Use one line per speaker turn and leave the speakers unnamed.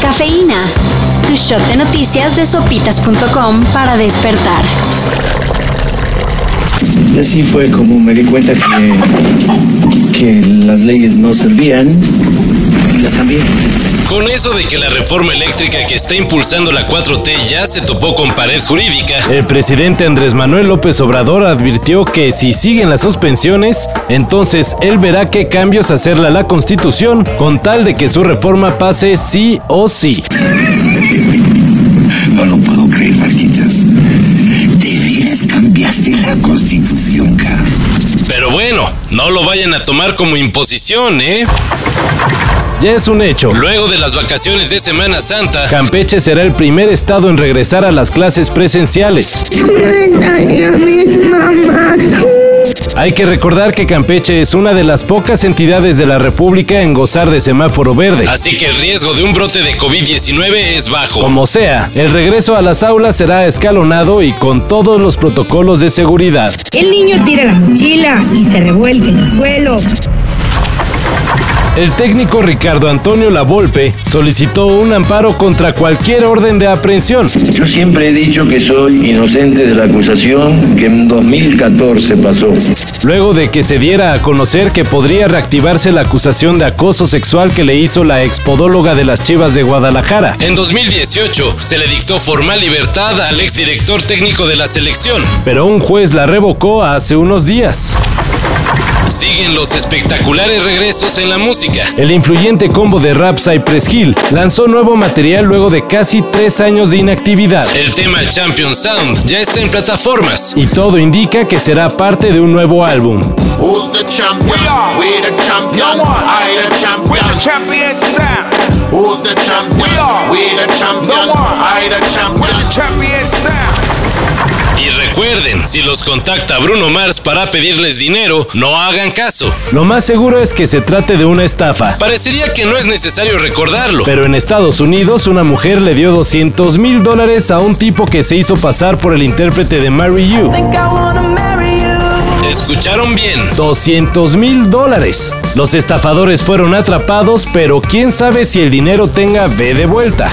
Cafeína. Tu shot de noticias de sopitas.com para despertar.
Y así fue como me di cuenta que, que las leyes no servían y las cambié.
Con eso de que la reforma eléctrica que está impulsando la 4T ya se topó con pared jurídica,
El presidente Andrés Manuel López Obrador advirtió que si siguen las suspensiones, entonces él verá qué cambios hacerle a la Constitución con tal de que su reforma pase sí o sí.
No lo puedo creer, Marquitas. ¿De veras cambiaste la constitución, cara?
pero bueno, no lo vayan a tomar como imposición, ¿eh?
Ya es un hecho.
Luego de las vacaciones de Semana Santa,
Campeche será el primer estado en regresar a las clases presenciales. Hay que recordar que Campeche es una de las pocas entidades de la República en gozar de semáforo verde.
así que el riesgo de un brote de COVID-19 es bajo.
Como sea, el regreso a las aulas será escalonado y con todos los protocolos de seguridad.
El niño tira la mochila y se revuelca en el suelo.
El técnico Ricardo Antonio Lavolpe solicitó un amparo contra cualquier orden de aprehensión.
Yo siempre he dicho que soy inocente de la acusación que en 2014 pasó.
Luego de que se diera a conocer que podría reactivarse la acusación de acoso sexual que le hizo la expodóloga de las Chivas de Guadalajara.
En 2018 se le dictó formal libertad al exdirector técnico de la selección.
Pero un juez la revocó hace unos días.
Siguen los espectaculares regresos en la música.
El influyente combo de rap Cypress Hill lanzó nuevo material luego de casi tres años de inactividad.
El tema Champion Sound ya está en plataformas.
Y todo indica que será parte de un nuevo álbum.
Who's the champion? We, are. we the champion. I the champion. We the champion sound. Who's the champion? We are. We the champion. I the champion. We the champion sound.
Y recuerden, si los contacta Bruno Mars para pedirles dinero, no hagan caso.
Lo más seguro es que se trate de una estafa.
Parecería que no es necesario recordarlo.
Pero en Estados Unidos una mujer le dio 200 mil dólares a un tipo que se hizo pasar por el intérprete de Mary You.
Escucharon bien.
200 mil dólares. Los estafadores fueron atrapados, pero quién sabe si el dinero tenga B de vuelta.